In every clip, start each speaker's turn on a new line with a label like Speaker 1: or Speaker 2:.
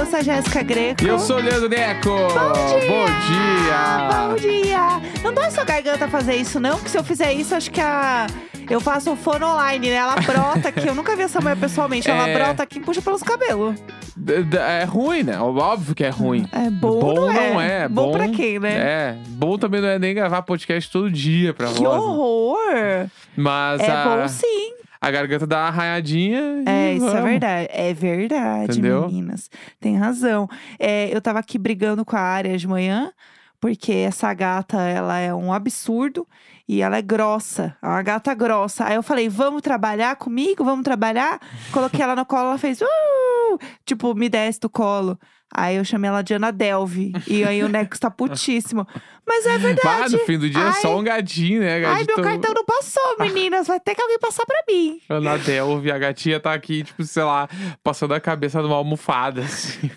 Speaker 1: é sou a Jéssica Greco.
Speaker 2: E eu sou o Leandro Neco.
Speaker 1: Bom dia! Bom
Speaker 2: Bom dia!
Speaker 1: dia! Não dói sua garganta fazer isso, não? Porque se eu fizer isso, acho que a. Eu faço um fono online, né? Ela brota aqui. Eu nunca vi essa mulher pessoalmente. Ela
Speaker 2: É.
Speaker 1: brota aqui e puxa pelos cabelos.
Speaker 2: D- d- É ruim, né? Óbvio que é ruim.
Speaker 1: É bom,
Speaker 2: bom
Speaker 1: não é.
Speaker 2: Bom,
Speaker 1: Bom pra quem, né?
Speaker 2: É. Bom também não é nem gravar podcast todo dia pra
Speaker 1: Que
Speaker 2: voz.
Speaker 1: horror!
Speaker 2: Mas
Speaker 1: É
Speaker 2: a,
Speaker 1: bom sim.
Speaker 2: a garganta dá uma arranhadinha. e
Speaker 1: É, isso é
Speaker 2: vamos.
Speaker 1: verdade. É verdade,
Speaker 2: Entendeu?
Speaker 1: meninas. Tem razão. É, eu tava aqui brigando com a área de manhã, porque essa gata, ela é um absurdo e ela é grossa. É uma gata grossa. Aí eu falei, vamos trabalhar comigo? Vamos trabalhar? Coloquei ela no colo, ela fez... "Uh!" Tipo, me desce do colo. Aí eu chamei ela de Ana Delve. E aí o Neco está putíssimo. Mas é
Speaker 2: Bah,
Speaker 1: verdade.
Speaker 2: no fim do dia é
Speaker 1: Ai.
Speaker 2: só um gadinho, né?
Speaker 1: Ai,
Speaker 2: Gadinho
Speaker 1: meu cartão não passou, meninas. Vai ter que alguém passar pra mim.
Speaker 2: Ana Delve, a gatinha tá aqui, tipo, sei lá, passando a cabeça numa almofada, assim.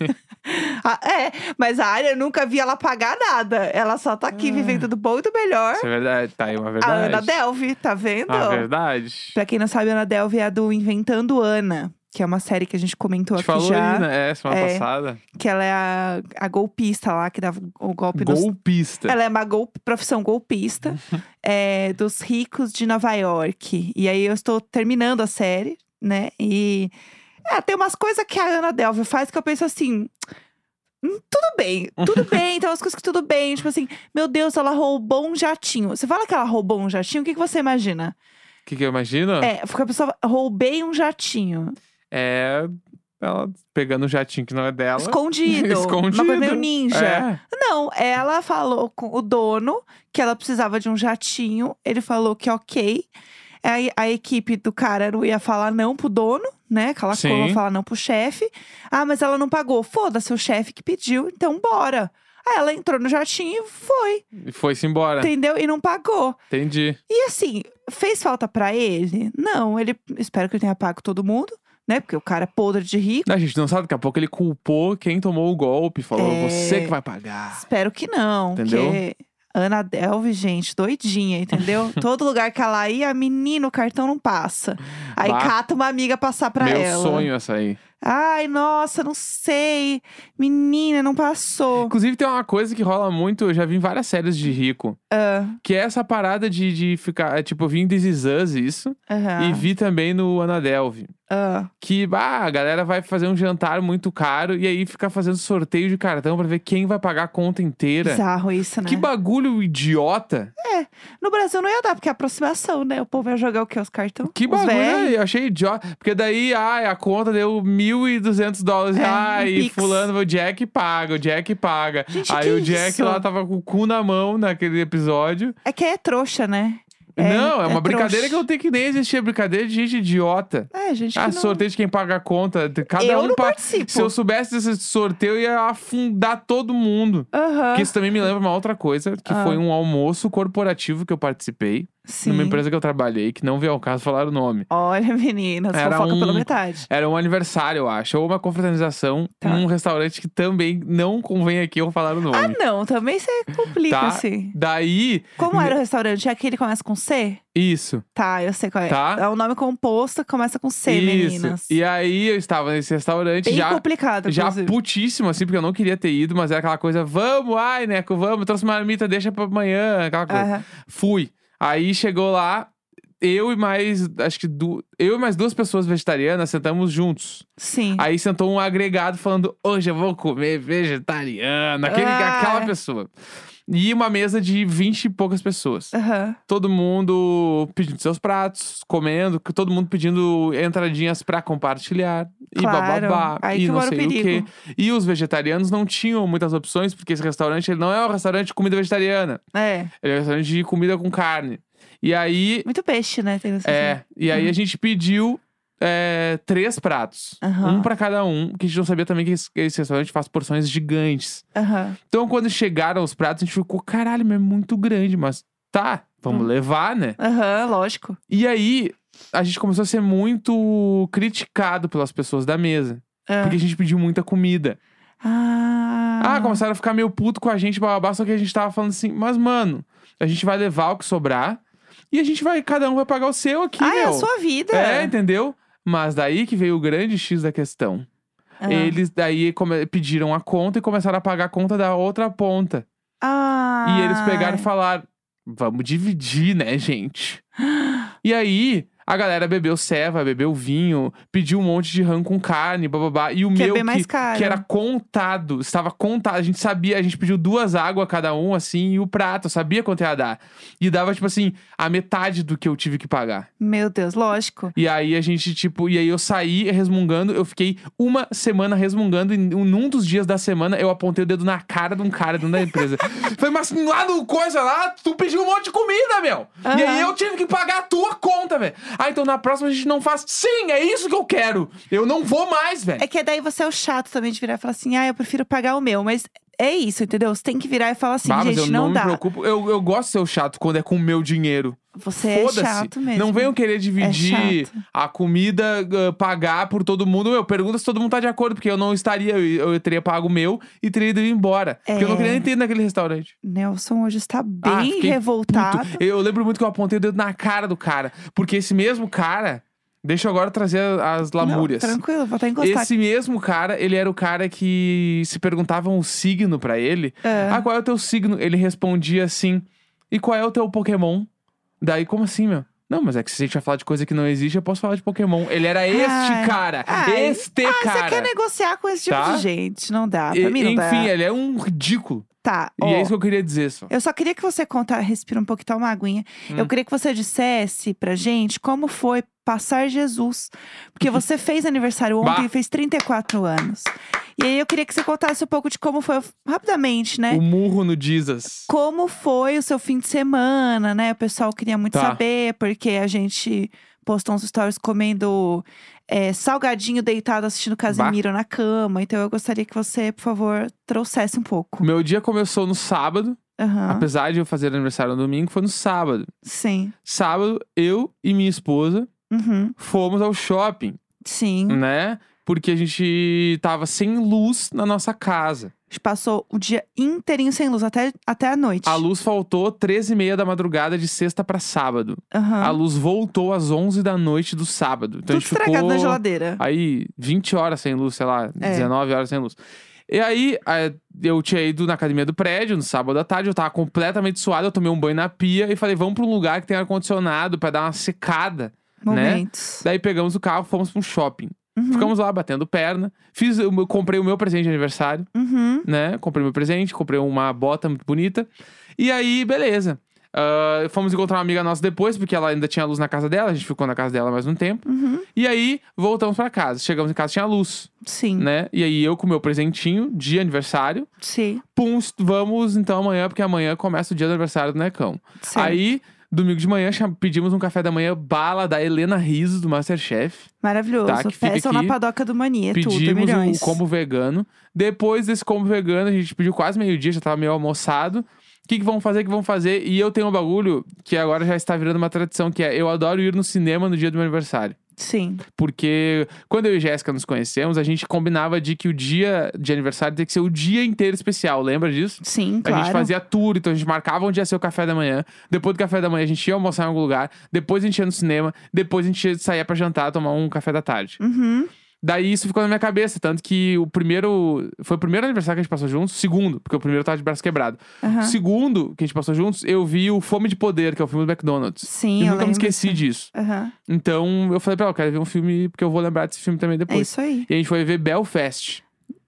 Speaker 1: Ah, é, mas a área eu nunca vi ela pagar nada. Ela só tá aqui vivendo do bom e do melhor.
Speaker 2: Hum. Isso é verdade. Tá aí uma
Speaker 1: A
Speaker 2: verdade.
Speaker 1: Ah, Ana Delve, tá vendo?
Speaker 2: Ah, verdade.
Speaker 1: pra quem não sabe, a Ana Delve é a do Inventando Ana, que é uma série que a gente comentou
Speaker 2: Te
Speaker 1: aqui
Speaker 2: falou
Speaker 1: já.
Speaker 2: aí, né? É, semana
Speaker 1: É.
Speaker 2: passada.
Speaker 1: Que ela é a, a golpista lá, que dava o golpe dos.
Speaker 2: Golpista. Uhum.
Speaker 1: Ela é uma gol- profissão golpista é, dos ricos de Nova York. E aí eu estou terminando a série, né? E é, tem umas coisas que a Ana Delve faz que eu penso assim. "Hum, Tudo bem, tudo bem. Tem umas coisas que tudo bem. Tipo assim, meu Deus, ela roubou um jatinho. Você fala que ela roubou um jatinho, o que, que você imagina?
Speaker 2: O que, que eu imagino?
Speaker 1: É, fica a pessoa, roubei um jatinho.
Speaker 2: É ela pegando um jatinho que não é dela.
Speaker 1: Escondido. Uma coisa meio
Speaker 2: Escondido.
Speaker 1: ninja.
Speaker 2: É.
Speaker 1: Não, ela falou com o dono que ela precisava de um jatinho. Ele falou que ok. Aí a equipe do cara não ia falar não pro dono, né? Aquela
Speaker 2: Sim.
Speaker 1: coisa, falar não pro chefe. Ah, mas ela não pagou. Foda-se, o chefe que pediu, então bora. Aí ela entrou no jatinho e foi,
Speaker 2: E foi-se embora.
Speaker 1: entendeu? E não pagou.
Speaker 2: Entendi.
Speaker 1: E assim, fez falta pra ele? Não, ele. Espero que ele tenha pago todo mundo, né? Porque o cara é podre de rico.
Speaker 2: A gente não sabe, daqui a pouco ele culpou quem tomou o golpe. Falou,
Speaker 1: É.
Speaker 2: você que vai pagar.
Speaker 1: Espero que não.
Speaker 2: Entendeu?
Speaker 1: Porque Ana Delve, gente, doidinha, entendeu? Todo lugar que ela ia, a menina, o cartão não passa. Aí
Speaker 2: Bah.
Speaker 1: cata uma amiga passar pra
Speaker 2: Meu
Speaker 1: ela.
Speaker 2: sonho é essa aí.
Speaker 1: Ai, nossa, não sei. Menina, não passou.
Speaker 2: Inclusive, tem uma coisa que rola muito, eu já vi em várias séries de rico.
Speaker 1: Ah,
Speaker 2: Que é essa parada de, de ficar. é, Tipo, eu vi em This Is Us isso.
Speaker 1: aham,
Speaker 2: E vi também no Ana Delve.
Speaker 1: ah.
Speaker 2: Que ah, a galera vai fazer um jantar muito caro e aí fica fazendo sorteio de cartão pra ver quem vai pagar a conta inteira.
Speaker 1: Bizarro isso, né?
Speaker 2: Que bagulho idiota.
Speaker 1: No Brasil não ia dar, porque é aproximação, né? O povo ia jogar o quê? Os cartões?
Speaker 2: Que
Speaker 1: Os
Speaker 2: bagulho,
Speaker 1: velhos?
Speaker 2: né? eu achei idiota. Porque daí, ai, a conta deu 1.200 dólares.
Speaker 1: É, um
Speaker 2: ai,
Speaker 1: pix.
Speaker 2: fulano, o Jack paga, o Jack paga.
Speaker 1: Gente,
Speaker 2: aí
Speaker 1: que
Speaker 2: o Jack
Speaker 1: isso?
Speaker 2: lá tava com o cu na mão naquele episódio.
Speaker 1: É que é trouxa, né?
Speaker 2: não, é uma brincadeira que
Speaker 1: trouxa.
Speaker 2: não tem que nem existir. É brincadeira de gente idiota.
Speaker 1: É, gente, que
Speaker 2: Ah,
Speaker 1: não...
Speaker 2: sorteio de quem paga a conta. Cada
Speaker 1: eu
Speaker 2: um
Speaker 1: não
Speaker 2: pa-
Speaker 1: participo.
Speaker 2: Se eu soubesse desse sorteio, eu ia afundar todo mundo.
Speaker 1: Aham,
Speaker 2: Porque isso também me lembra uma outra coisa, que
Speaker 1: Ah.
Speaker 2: foi um almoço corporativo que eu participei.
Speaker 1: sim.
Speaker 2: Numa empresa que eu trabalhei, que não veio ao caso falar o nome.
Speaker 1: Olha, meninas,
Speaker 2: Era
Speaker 1: fofoca pela
Speaker 2: um-
Speaker 1: metade.
Speaker 2: Era um aniversário, eu acho, ou uma confraternização
Speaker 1: Tá.
Speaker 2: num restaurante que também não convém aqui eu falar o
Speaker 1: Ah,
Speaker 2: nome.
Speaker 1: não, também você complica,
Speaker 2: Tá.
Speaker 1: assim.
Speaker 2: Daí,
Speaker 1: Como era o restaurante? É aquele que começa com C?
Speaker 2: isso,
Speaker 1: Tá, eu sei qual é.
Speaker 2: Tá.
Speaker 1: É um nome composto que começa com C,
Speaker 2: isso.
Speaker 1: meninas.
Speaker 2: E aí eu estava nesse restaurante
Speaker 1: Bem
Speaker 2: já
Speaker 1: complicado,
Speaker 2: já
Speaker 1: inclusive.
Speaker 2: putíssimo assim, porque eu não queria ter ido, mas era aquela coisa, vamos, ai, Neco, vamos, trouxe marmita, deixa pra amanhã, aquela coisa.
Speaker 1: Aham.
Speaker 2: Fui. Aí chegou lá eu e mais, acho que du... eu e mais duas pessoas vegetarianas sentamos juntos.
Speaker 1: Sim.
Speaker 2: Aí sentou um agregado falando: hoje eu vou comer vegetariano. Aquele, é
Speaker 1: Ah.
Speaker 2: Aquela pessoa. E uma mesa de 20 e poucas pessoas.
Speaker 1: Aham.
Speaker 2: Todo mundo pedindo seus pratos, comendo, que- todo mundo pedindo entradinhas pra compartilhar. E
Speaker 1: Claro.
Speaker 2: bababá.
Speaker 1: Aí
Speaker 2: e
Speaker 1: que
Speaker 2: não
Speaker 1: mora o
Speaker 2: sei o, quê.
Speaker 1: perigo.
Speaker 2: E os vegetarianos não tinham muitas opções, porque esse restaurante ele não é um restaurante de comida vegetariana.
Speaker 1: É.
Speaker 2: Ele é um restaurante de comida com carne. E aí.
Speaker 1: Muito peixe, né? Tem
Speaker 2: É, e aí a gente pediu é, três pratos.
Speaker 1: Aham.
Speaker 2: Um pra cada um, que a gente não sabia também que esse, que esse restaurante faz porções gigantes.
Speaker 1: Aham.
Speaker 2: Então, quando chegaram os pratos, a gente ficou, caralho, mas é muito grande, mas tá, vamos
Speaker 1: Hum.
Speaker 2: levar, né?
Speaker 1: Aham, lógico.
Speaker 2: E aí, a gente começou a ser muito criticado pelas pessoas da mesa.
Speaker 1: Ah.
Speaker 2: Porque a gente pediu muita comida.
Speaker 1: Ah.
Speaker 2: Ah, começaram a ficar meio puto com a gente, bababá, só que a gente tava falando assim, mas mano, a gente vai levar o que sobrar e a gente vai, cada um vai pagar o seu aqui,
Speaker 1: Ah, é
Speaker 2: meu.
Speaker 1: a sua vida.
Speaker 2: É, entendeu? Mas daí que veio o grande X da questão.
Speaker 1: Ah.
Speaker 2: Eles daí come- pediram a conta e começaram a pagar a conta da outra ponta.
Speaker 1: Ah.
Speaker 2: E eles pegaram e falaram: vamos dividir, né, gente? E aí, a galera bebeu ceva, bebeu vinho, pediu um monte de rã com carne, bababá. E o
Speaker 1: Que é
Speaker 2: meu,
Speaker 1: bem mais
Speaker 2: que,
Speaker 1: caro.
Speaker 2: que era contado, estava contado. A gente sabia, a gente pediu duas águas cada um, assim, e o prato, eu sabia quanto ia dar. E dava, tipo assim, a metade do que eu tive que pagar.
Speaker 1: Meu Deus, lógico.
Speaker 2: E aí a gente, tipo, e aí eu saí resmungando, eu fiquei uma semana resmungando, e um, num dos dias da semana eu apontei o dedo na cara de um cara dentro da empresa. Falei, mas lá no coisa lá, tu pediu um monte de comida, meu! E aí
Speaker 1: Aham.
Speaker 2: eu tive que pagar a tua conta, velho. Ah, então na próxima a gente não faz. Sim, é isso que eu quero! Eu não vou mais, velho.
Speaker 1: É que daí você é o chato também de virar e falar assim: ah, eu prefiro pagar o meu. Mas é isso, entendeu? Você tem que virar e falar assim:
Speaker 2: Bah, mas
Speaker 1: gente,
Speaker 2: eu não, me
Speaker 1: dá.
Speaker 2: preocupo. Eu, eu gosto de ser o chato quando é com o meu dinheiro.
Speaker 1: Você é
Speaker 2: Foda-se.
Speaker 1: chato mesmo. É
Speaker 2: Não venham querer dividir
Speaker 1: chato.
Speaker 2: a comida, ah, pagar por todo mundo. Meu, pergunta se todo mundo tá de acordo, porque eu não estaria. Eu, eu teria pago o meu e teria ido embora. Porque eu não
Speaker 1: É.
Speaker 2: queria nem ter ido naquele restaurante.
Speaker 1: Nelson hoje está bem
Speaker 2: Ah, fiquei
Speaker 1: revoltado.
Speaker 2: Puto. Eu lembro muito que eu apontei o dedo na cara do cara. Porque esse mesmo cara. Deixa eu agora trazer as lamúrias.
Speaker 1: Não, tranquilo, vou até encostar.
Speaker 2: Esse mesmo cara, ele era o cara que se perguntavam o signo pra ele.
Speaker 1: Ah.
Speaker 2: Ah, qual é o teu signo? Ele respondia assim: E qual é o teu Pokémon? Daí, como assim, meu? Não, mas é que se a gente vai falar de coisa que não existe, eu posso falar de Pokémon. Ele era este
Speaker 1: Ai.
Speaker 2: cara.
Speaker 1: Ai.
Speaker 2: Este
Speaker 1: Ah,
Speaker 2: cara.
Speaker 1: você quer negociar com esse tipo
Speaker 2: Tá?
Speaker 1: de gente? Não dá. Pra
Speaker 2: E-
Speaker 1: mim não tá. dá.
Speaker 2: Enfim, ele é um ridículo.
Speaker 1: Tá,
Speaker 2: E
Speaker 1: ó.
Speaker 2: é isso que eu queria dizer só.
Speaker 1: Eu só queria que você contar, respira um pouco, tá uma aguinha.
Speaker 2: Hum.
Speaker 1: Eu queria que você dissesse pra gente como foi passar Jesus. Porque você fez aniversário ontem
Speaker 2: Bah.
Speaker 1: e fez 34 anos. E aí eu queria que você contasse um pouco de como foi, rapidamente, né?
Speaker 2: O murro no Jesus.
Speaker 1: Como foi o seu fim de semana, né? O pessoal queria muito
Speaker 2: Tá.
Speaker 1: saber, porque a gente postou uns stories comendo é, salgadinho deitado assistindo Casimiro na cama. Então eu gostaria que você, por favor, trouxesse um pouco.
Speaker 2: Meu dia começou no sábado,
Speaker 1: Aham.
Speaker 2: apesar de eu fazer aniversário no domingo, foi no sábado.
Speaker 1: Sim.
Speaker 2: Sábado, eu e minha esposa
Speaker 1: Uhum.
Speaker 2: fomos ao shopping,
Speaker 1: Sim.
Speaker 2: né? Porque a gente tava sem luz na nossa casa.
Speaker 1: A gente passou o dia inteirinho sem luz, até, até a noite.
Speaker 2: A luz faltou 13 e meia da madrugada de sexta pra sábado.
Speaker 1: Aham.
Speaker 2: A luz voltou às 11 da noite do sábado. Então
Speaker 1: Ah. Tudo
Speaker 2: a gente
Speaker 1: estragado
Speaker 2: ficou
Speaker 1: na geladeira.
Speaker 2: aí 20 horas sem luz, sei lá,
Speaker 1: É.
Speaker 2: 19 horas sem luz. E aí, eh, eu tinha ido na academia do prédio no sábado à tarde, eu tava completamente suado, eu tomei um banho na pia e falei, vamos pra um lugar que tem ar-condicionado pra dar uma secada. né?
Speaker 1: Momentos.
Speaker 2: Daí pegamos o carro, fomos pra um shopping.
Speaker 1: Uhum.
Speaker 2: Ficamos lá batendo perna. Fiz, o meu- comprei o meu presente de aniversário
Speaker 1: Uhum.
Speaker 2: né? Comprei meu presente, comprei uma bota muito bonita. E aí, beleza. Ah, fomos encontrar uma amiga nossa depois, porque ela ainda tinha luz na casa dela, a gente ficou na casa dela mais um tempo.
Speaker 1: Uhum.
Speaker 2: E aí, voltamos pra casa. Chegamos em casa, tinha luz,
Speaker 1: Sim.
Speaker 2: né? E aí, eu com meu presentinho de aniversário.
Speaker 1: Sim.
Speaker 2: Pum, vamos então amanhã, porque amanhã começa o dia do aniversário do Necão.
Speaker 1: Certo.
Speaker 2: Aí, domingo de manhã, cham- pedimos um café da manhã bala da Helena Riso, do Masterchef.
Speaker 1: Maravilhoso.
Speaker 2: Tá, que fica
Speaker 1: Peçam
Speaker 2: aqui.
Speaker 1: na padoca do Mania, tudo, é
Speaker 2: Pedimos
Speaker 1: milhões.
Speaker 2: o combo vegano. Depois desse combo vegano, a gente pediu quase meio-dia, já tava meio almoçado. O que, que vão fazer? O que vão fazer? E eu tenho um bagulho que agora já está virando uma tradição, que é eu adoro ir no cinema no dia do meu aniversário.
Speaker 1: Sim.
Speaker 2: Porque quando eu e Jéssica nos conhecemos, a gente combinava de que o dia de aniversário tem que ser o dia inteiro especial, lembra disso?
Speaker 1: Sim,
Speaker 2: A
Speaker 1: claro.
Speaker 2: gente fazia tour, então a gente marcava onde ia ser o café da manhã. Depois do café da manhã, a gente ia almoçar em algum lugar. Depois a gente ia no cinema. Depois a gente ia- saía pra jantar, tomar um café da tarde.
Speaker 1: Uhum.
Speaker 2: Daí isso ficou na minha cabeça, tanto que o primeiro. Foi o primeiro aniversário que a gente passou juntos, segundo, porque o primeiro eu tava de braço quebrado.
Speaker 1: Aham.
Speaker 2: O segundo que a gente passou juntos, eu vi o Fome de Poder, que é o filme do McDonald's.
Speaker 1: Sim,
Speaker 2: eu
Speaker 1: eu
Speaker 2: nunca me
Speaker 1: lembro
Speaker 2: esqueci
Speaker 1: disso.
Speaker 2: disso.
Speaker 1: Aham. É
Speaker 2: Então eu falei pra ela, eu quero ver um filme, porque eu vou lembrar desse filme também
Speaker 1: É
Speaker 2: depois.
Speaker 1: isso aí.
Speaker 2: E a gente foi ver Belfast,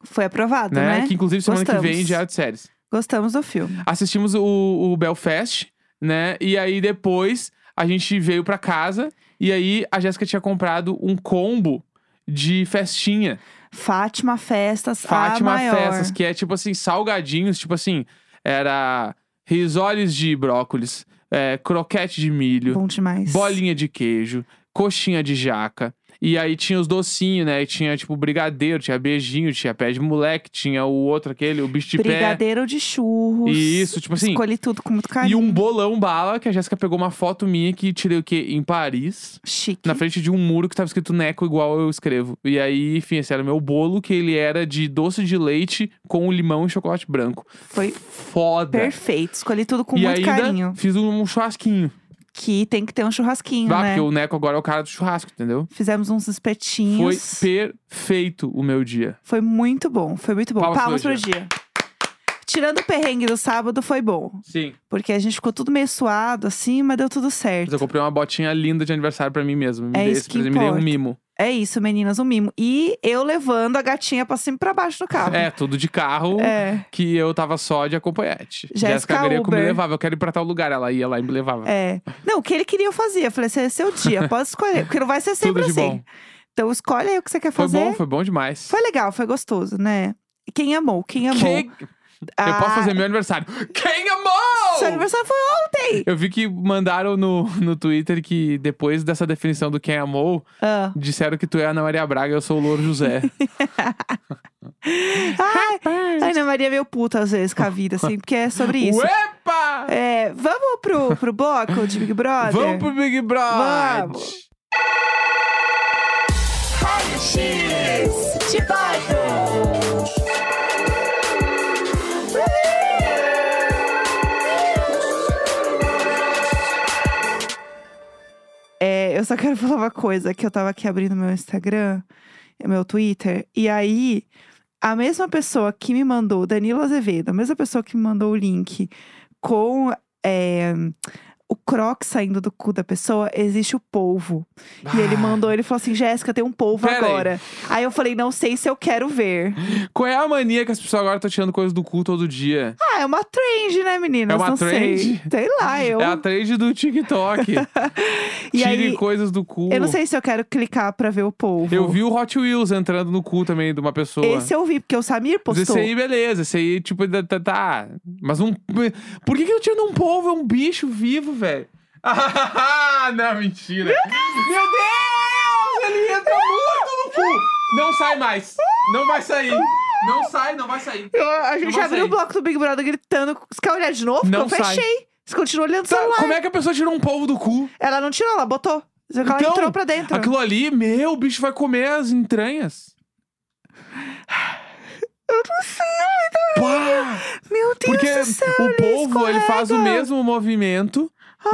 Speaker 1: Foi aprovado,
Speaker 2: né?
Speaker 1: né?
Speaker 2: Que inclusive semana que vem
Speaker 1: Gostamos.
Speaker 2: já é de séries.
Speaker 1: Gostamos do filme.
Speaker 2: Assistimos o, o Belfast, né? E aí depois a gente veio pra casa e aí a Jéssica tinha comprado um combo de festinha.
Speaker 1: Fátima Festas, a
Speaker 2: Fátima
Speaker 1: maior.
Speaker 2: Festas, que é tipo assim, salgadinhos, tipo assim, era risoles de brócolis, é, croquete de milho,
Speaker 1: Bom demais.
Speaker 2: bolinha de queijo, coxinha de jaca. E aí tinha os docinhos, né? E tinha, tipo, brigadeiro, tinha beijinho, tinha pé de moleque, tinha o outro aquele, o bicho de pé.
Speaker 1: Brigadeiro de churros.
Speaker 2: E isso, tipo assim,
Speaker 1: Escolhi tudo com muito carinho.
Speaker 2: E um bolão bala, que a Jéssica pegou uma foto minha que tirei o quê? Em Paris.
Speaker 1: Chique.
Speaker 2: Na frente de um muro que tava escrito Neco, igual eu escrevo. E aí, enfim, esse era o meu bolo, que ele era de doce de leite com limão e chocolate branco.
Speaker 1: Foi
Speaker 2: Foda.
Speaker 1: perfeito. Escolhi tudo com
Speaker 2: né? e
Speaker 1: muito
Speaker 2: ainda
Speaker 1: carinho.
Speaker 2: fiz um churrasquinho.
Speaker 1: que tem que ter um churrasquinho,
Speaker 2: Vá,
Speaker 1: né?
Speaker 2: porque o Neco agora é o cara do churrasco, entendeu?
Speaker 1: Fizemos uns
Speaker 2: Foi
Speaker 1: espetinhos.
Speaker 2: perfeito o meu dia.
Speaker 1: Foi muito bom, foi muito bom.
Speaker 2: Palmas
Speaker 1: Palmas,
Speaker 2: pro
Speaker 1: pro dia. Tirando o perrengue do sábado, foi bom.
Speaker 2: Sim.
Speaker 1: Porque a gente ficou tudo meio suado, assim, mas deu tudo certo.
Speaker 2: Mas eu comprei uma botinha linda de aniversário pra mim mesmo. Me
Speaker 1: É
Speaker 2: dei
Speaker 1: isso
Speaker 2: esse
Speaker 1: que
Speaker 2: presente, me dei um
Speaker 1: importa.
Speaker 2: mimo.
Speaker 1: É isso, meninas, um mimo. E eu levando a gatinha pra cima e pra baixo do carro.
Speaker 2: É, tudo de carro.
Speaker 1: É.
Speaker 2: Que eu tava só de acompanhante.
Speaker 1: Jéssica
Speaker 2: Greco me
Speaker 1: Uber.
Speaker 2: levava. Eu quero ir pra tal lugar. Ela ia lá e me levava.
Speaker 1: É. Não, o que ele queria eu fazia. Eu falei, esse é seu dia, pode escolher. Porque não vai ser sempre
Speaker 2: Tudo de
Speaker 1: assim.
Speaker 2: bom.
Speaker 1: Então escolhe aí o que você quer
Speaker 2: Foi
Speaker 1: fazer.
Speaker 2: bom, foi bom demais.
Speaker 1: Foi legal, foi gostoso, né? E Quem amou, quem amou.
Speaker 2: Quem... Eu
Speaker 1: Ah,
Speaker 2: posso fazer meu aniversário. Quem amou?
Speaker 1: Seu aniversário foi ontem!
Speaker 2: Eu vi que mandaram no, no Twitter que depois dessa definição do quem amou,
Speaker 1: Ah.
Speaker 2: disseram que tu é a Ana Maria Braga e eu sou o Louro José.
Speaker 1: Ai, a Ana Maria é meio puta às vezes com a vida, assim, porque é sobre isso.
Speaker 2: Uepa!
Speaker 1: É, vamos pro, pro bloco de Big Brother?
Speaker 2: Vamos pro Big Brother!
Speaker 1: É Vamos. X de É, eu só quero falar uma coisa, que eu tava aqui abrindo meu Instagram, meu Twitter, e aí a mesma pessoa que me mandou, Danilo Azevedo, a mesma pessoa que me mandou o link com é, o croc saindo do cu da pessoa, existe o polvo. E ele
Speaker 2: Ah.
Speaker 1: mandou, ele falou assim, Jéssica, tem um polvo
Speaker 2: Pera aí.
Speaker 1: agora. Aí. eu falei, não sei se eu quero ver.
Speaker 2: Qual é a mania que as pessoas agora estão tirando coisas do cu todo dia?
Speaker 1: Ah, é uma trend, né, meninas?
Speaker 2: É uma
Speaker 1: não
Speaker 2: trend?
Speaker 1: sei. Sei lá, eu...
Speaker 2: É a trend do TikTok.
Speaker 1: E
Speaker 2: Tire
Speaker 1: aí,
Speaker 2: coisas do cu.
Speaker 1: eu não sei se eu quero clicar pra ver o polvo.
Speaker 2: Eu vi o Hot Wheels entrando no cu também de uma pessoa.
Speaker 1: Esse eu vi, porque o Samir
Speaker 2: Mas
Speaker 1: postou.
Speaker 2: Esse aí, beleza. Esse aí, tipo, tá. tá- tá. Mas um. Por que, que eu tiro um polvo? É um bicho vivo, velho. Ah, não, mentira. Meu Deus! Ele entra muito no cu! Não sai mais. Não vai sair. Não sai, não vai sair.
Speaker 1: Eu- a gente
Speaker 2: vai
Speaker 1: abriu
Speaker 2: sair.
Speaker 1: o bloco do Big Brother gritando. Você quer olhar de novo?
Speaker 2: Não
Speaker 1: Porque eu
Speaker 2: sai.
Speaker 1: fechei. Você continua olhando o
Speaker 2: Tá,
Speaker 1: celular.
Speaker 2: como é que a pessoa tirou um polvo do cu?
Speaker 1: Ela não tirou, ela botou. Só que Ela
Speaker 2: Então,
Speaker 1: entrou pra dentro.
Speaker 2: Aquilo ali, meu, o bicho vai comer as entranhas. Eu não sei, Pá!
Speaker 1: Meu Deus
Speaker 2: Porque
Speaker 1: do céu, é
Speaker 2: o polvo, ele faz o
Speaker 1: escorrega.
Speaker 2: mesmo movimento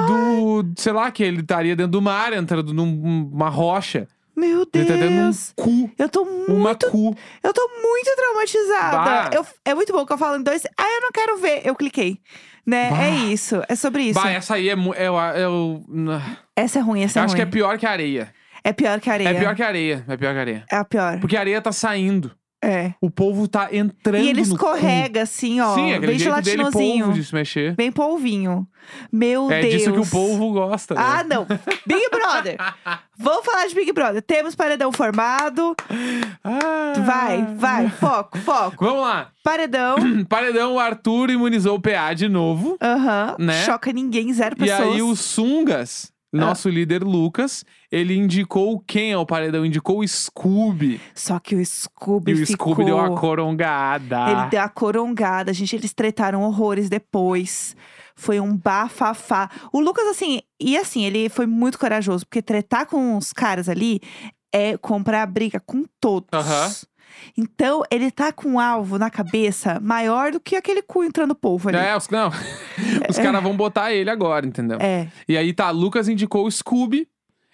Speaker 2: do, sei lá, que ele estaria dentro do mar, entrando numa rocha.
Speaker 1: meu
Speaker 2: Ele tá dentro de um
Speaker 1: Deus.
Speaker 2: cu.
Speaker 1: Eu tô muito,
Speaker 2: Uma cu.
Speaker 1: eu tô muito
Speaker 2: Bah.
Speaker 1: traumatizada. Eu- é muito bom que eu falo em dois. Ah, eu não quero ver. Eu cliquei. Né?
Speaker 2: Bah.
Speaker 1: É isso. É sobre isso.
Speaker 2: Bah, essa aí é. mu- é, o- é o-
Speaker 1: Essa é ruim, essa
Speaker 2: eu
Speaker 1: é
Speaker 2: acho que
Speaker 1: ruim.
Speaker 2: é pior que a areia.
Speaker 1: é... pior que a areia.
Speaker 2: É pior que a areia. É pior que a areia.
Speaker 1: É a pior.
Speaker 2: Porque a areia tá saindo.
Speaker 1: É.
Speaker 2: O polvo tá entrando.
Speaker 1: E ele
Speaker 2: no cu.
Speaker 1: escorrega, assim, ó.
Speaker 2: Sim, aquele
Speaker 1: bem
Speaker 2: jeito dele
Speaker 1: gelatinosinho.
Speaker 2: polvo de se mexer.
Speaker 1: Bem polvinho. Meu
Speaker 2: é
Speaker 1: Deus.
Speaker 2: disso que o polvo gosta. né?
Speaker 1: Ah, não. Big Brother. Vamos falar de Big Brother. Temos paredão formado.
Speaker 2: Ah.
Speaker 1: Vai, vai. Foco, foco.
Speaker 2: Vamos lá.
Speaker 1: Paredão.
Speaker 2: Paredão, o Arthur imunizou o PA de novo.
Speaker 1: Aham.
Speaker 2: Né?
Speaker 1: Choca ninguém, zero
Speaker 2: E
Speaker 1: pessoas. É.
Speaker 2: aí o Sungas, nosso líder Lucas, ele indicou quem ao paredão? Indicou o Scooby.
Speaker 1: Só que o Scooby
Speaker 2: E o
Speaker 1: ficou...
Speaker 2: Scooby deu uma corongada.
Speaker 1: Ele deu a corongada, gente. Eles tretaram horrores depois. Foi um bafafá. O Lucas, assim, e assim, ele foi muito corajoso, porque tretar com os caras ali é comprar briga com todos.
Speaker 2: Aham.
Speaker 1: Então, ele tá com um alvo na cabeça maior do que aquele cu entrando polvo ali.
Speaker 2: É, os, não. os caras vão botar ele agora, entendeu?
Speaker 1: É.
Speaker 2: E aí tá, Lucas indicou o Scooby.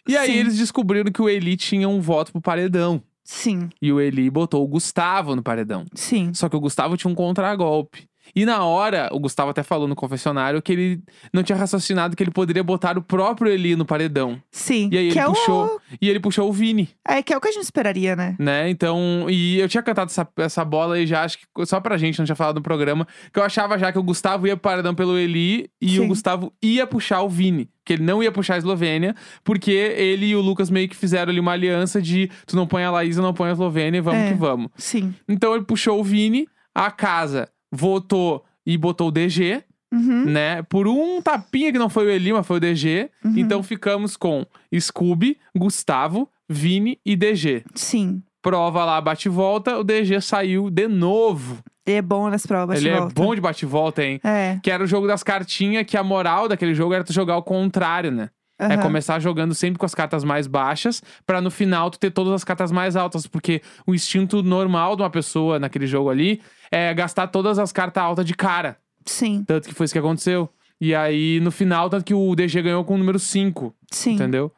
Speaker 2: E aí
Speaker 1: Sim.
Speaker 2: eles descobriram que o Eli tinha um voto pro paredão.
Speaker 1: sim,
Speaker 2: E o Eli botou o Gustavo no paredão.
Speaker 1: sim.
Speaker 2: Só que o Gustavo tinha um contragolpe. E na hora, o Gustavo até falou no confessionário que ele não tinha raciocinado que ele poderia botar o próprio Eli no paredão.
Speaker 1: Sim.
Speaker 2: E aí
Speaker 1: que
Speaker 2: ele
Speaker 1: é
Speaker 2: puxou.
Speaker 1: O...
Speaker 2: E ele puxou o Vini.
Speaker 1: É, que é o que a gente esperaria, né?
Speaker 2: né? Então, e eu tinha cantado essa, essa bola e já acho que só pra gente, não tinha falado no programa, que eu achava já que o Gustavo ia pro paradão pelo Eli e o
Speaker 1: Sim.
Speaker 2: Gustavo ia puxar o Vini, que ele não ia puxar a Eslovênia, porque ele e o Lucas meio que fizeram ali uma aliança de tu não põe a Laís, eu não põe a Eslovênia, vamos
Speaker 1: É.
Speaker 2: que vamos.
Speaker 1: Sim.
Speaker 2: Então ele puxou o Vini, a casa votou e botou o DG,
Speaker 1: Uhum.
Speaker 2: né? Por um tapinha que não foi o Eli, mas foi o DG. Então ficamos com Scooby, Gustavo, Vini e DG
Speaker 1: Sim.
Speaker 2: prova lá, bate e volta, o DG saiu de novo.
Speaker 1: Ele é bom nas provas.
Speaker 2: Ele
Speaker 1: de
Speaker 2: é
Speaker 1: volta.
Speaker 2: bom de bate e volta, hein?
Speaker 1: É.
Speaker 2: Que era o jogo das cartinhas, que a moral daquele jogo era tu jogar ao contrário, né? É
Speaker 1: aham.
Speaker 2: começar jogando sempre com as cartas mais baixas, pra no final tu ter todas as cartas mais altas, porque o instinto normal de uma pessoa naquele jogo ali é gastar todas as cartas altas de cara.
Speaker 1: Sim.
Speaker 2: Tanto que foi isso que aconteceu. E aí, no final, tanto que o DG ganhou com o número 5,
Speaker 1: Sim.
Speaker 2: entendeu?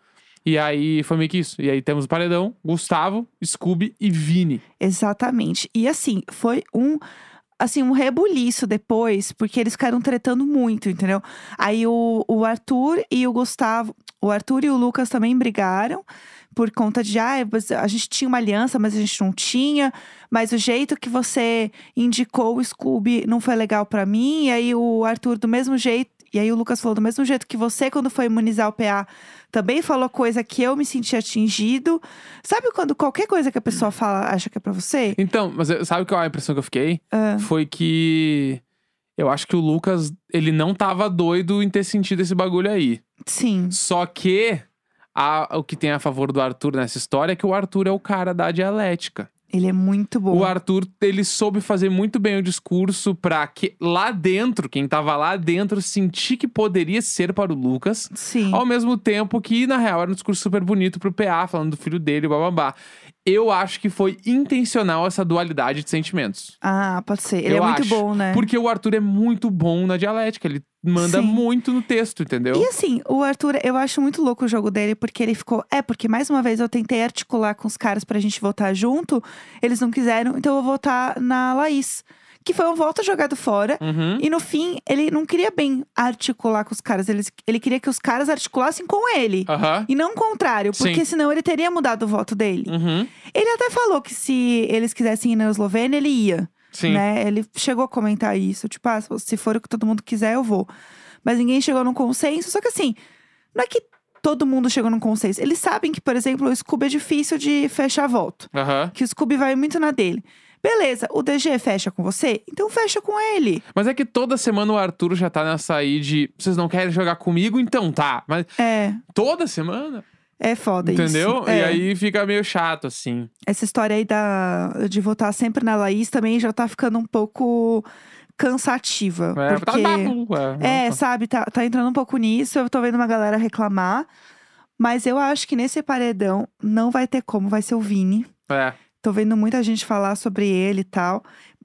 Speaker 2: E aí foi meio que isso. E aí temos o Paredão, Gustavo, Scooby e Vini.
Speaker 1: Exatamente. E assim, foi um assim, um rebuliço depois, porque eles ficaram tretando muito, entendeu? Aí o, o Arthur e o Gustavo, o Arthur e o Lucas também brigaram por conta de, ah, você- a gente tinha uma aliança, mas a gente não tinha, mas o jeito que você indicou o Scooby não foi legal pra mim, e aí o Arthur do mesmo jeito, e aí o Lucas falou do mesmo jeito que você quando foi imunizar o PA também falou coisa que eu me senti atingido. Sabe quando qualquer coisa que a pessoa fala acha que é pra você?
Speaker 2: Então, mas eu- sabe qual é a impressão que eu fiquei?
Speaker 1: Ah.
Speaker 2: Foi que eu acho que o Lucas, ele não tava doido em ter sentido esse bagulho aí.
Speaker 1: Sim.
Speaker 2: Só que a- o que tem a favor do Arthur nessa história é que o Arthur é o cara da dialética.
Speaker 1: Ele é muito bom.
Speaker 2: O Arthur, ele soube fazer muito bem o discurso pra que lá dentro, quem tava lá dentro, sentir que poderia ser para o Lucas.
Speaker 1: Sim.
Speaker 2: Ao mesmo tempo que, na real, era um discurso super bonito pro PA, falando do filho dele, bababá. Eu acho que foi intencional essa dualidade de sentimentos.
Speaker 1: Ah, pode ser. Ele
Speaker 2: Eu
Speaker 1: é muito
Speaker 2: acho,
Speaker 1: bom, né?
Speaker 2: Porque o Arthur é muito bom na dialética, ele manda
Speaker 1: Sim.
Speaker 2: muito no texto, entendeu?
Speaker 1: E assim, o Arthur, eu acho muito louco o jogo dele, porque ele ficou. É, porque mais uma vez eu tentei articular com os caras pra gente votar junto, eles não quiseram, então eu vou votar na Laís. Que foi um voto jogado fora.
Speaker 2: Uhum.
Speaker 1: E no fim, ele não queria bem articular com os caras, ele, ele queria que os caras articulassem com ele.
Speaker 2: Aham.
Speaker 1: E não o contrário,
Speaker 2: Ah. Sim.
Speaker 1: porque senão ele teria mudado o voto dele.
Speaker 2: Uhum.
Speaker 1: Ele até falou que se eles quisessem ir na Eslovênia, ele ia.
Speaker 2: Sim.
Speaker 1: né? Ele chegou a comentar isso, tipo, ah, se for o que todo mundo quiser, eu vou. Mas ninguém chegou num consenso, só que assim, não é que todo mundo chegou num consenso. Eles sabem que, por exemplo, o Scooby é difícil de fechar voto,
Speaker 2: Aham.
Speaker 1: que o Scooby vai muito na dele. Beleza, o DG fecha com você, então fecha com ele.
Speaker 2: Mas é que toda semana o Arthur já tá nessa aí de vocês não querem jogar comigo, então tá. Mas
Speaker 1: É,
Speaker 2: toda semana,
Speaker 1: é foda isso.
Speaker 2: entendeu? E
Speaker 1: É.
Speaker 2: aí fica meio chato, assim.
Speaker 1: Essa história aí da, de votar sempre na Laís também já tá ficando um pouco cansativa.
Speaker 2: É,
Speaker 1: porque...
Speaker 2: tá bom, é,
Speaker 1: É, sabe, tá, tá entrando um pouco nisso. Eu tô vendo uma galera reclamar. Mas eu acho que nesse paredão não vai ter como, vai ser o Vini.
Speaker 2: é.
Speaker 1: Tô vendo muita gente falar sobre ele e tal.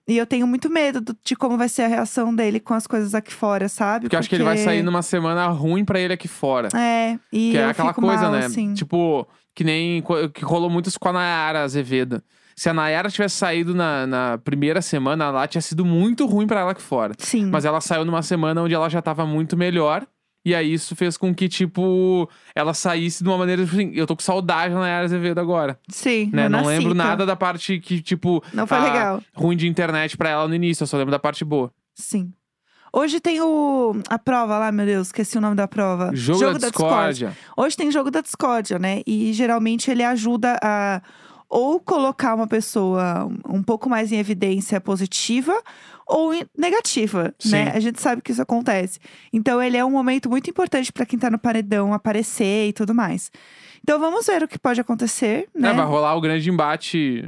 Speaker 1: E eu tenho muito medo do- de como vai ser a reação dele com as coisas aqui fora, sabe?
Speaker 2: Porque eu acho que ele vai sair numa semana ruim pra ele aqui fora.
Speaker 1: É, e
Speaker 2: que é
Speaker 1: eu
Speaker 2: aquela
Speaker 1: fico
Speaker 2: coisa,
Speaker 1: mal,
Speaker 2: né?
Speaker 1: assim.
Speaker 2: Tipo, que nem co- que rolou muito isso com a Nayara Azevedo. Se a Nayara tivesse saído na, na primeira semana lá, tinha sido muito ruim pra ela aqui fora.
Speaker 1: Sim,
Speaker 2: Mas ela saiu numa semana onde ela já tava muito melhor. E aí isso fez com que, tipo, ela saísse de uma maneira, tipo assim, eu tô com saudade da Nayara Azevedo agora.
Speaker 1: sim.
Speaker 2: Né?
Speaker 1: eu
Speaker 2: Não
Speaker 1: nasci,
Speaker 2: lembro
Speaker 1: então.
Speaker 2: nada da parte que, tipo,
Speaker 1: Não foi
Speaker 2: ah,
Speaker 1: legal.
Speaker 2: ruim de internet pra ela no início. Eu só lembro da parte boa.
Speaker 1: Sim. Hoje tem o... a prova lá, meu Deus, esqueci o nome da prova.
Speaker 2: Jogo, da, discórdia.
Speaker 1: Hoje tem jogo da discórdia, né? E geralmente ele ajuda a ou colocar uma pessoa um pouco mais em evidência positiva ou em- negativa,
Speaker 2: Sim.
Speaker 1: né? A gente sabe que isso acontece. Então ele é um momento muito importante para quem tá no paredão aparecer e tudo mais. Então vamos ver o que pode acontecer, né?
Speaker 2: É, vai rolar o grande embate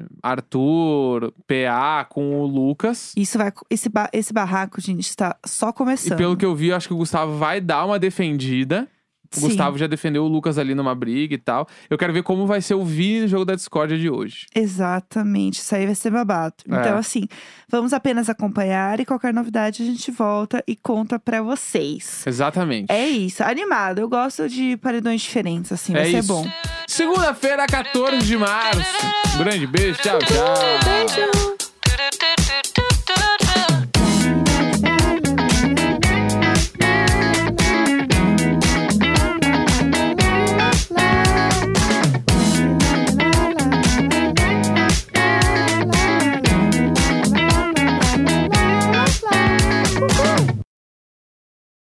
Speaker 2: Arthur, PA com o Lucas.
Speaker 1: Isso vai esse ba- esse barraco, gente, está só
Speaker 2: E
Speaker 1: começando.
Speaker 2: pelo que eu vi, eu acho que o Gustavo vai dar uma defendida. O
Speaker 1: Sim.
Speaker 2: Gustavo já defendeu o Lucas ali numa briga e tal. Eu quero ver como vai ser o Vini no jogo da discórdia de hoje.
Speaker 1: Exatamente, isso aí vai ser babado.
Speaker 2: É.
Speaker 1: Então, assim, vamos apenas acompanhar e qualquer novidade a gente volta e conta pra vocês.
Speaker 2: Exatamente.
Speaker 1: É isso, animado. Eu gosto de paredões diferentes, assim, vai
Speaker 2: É
Speaker 1: ser
Speaker 2: isso.
Speaker 1: bom.
Speaker 2: Segunda-feira, 14 de março. Um grande beijo, tchau, tchau.
Speaker 1: Beijo!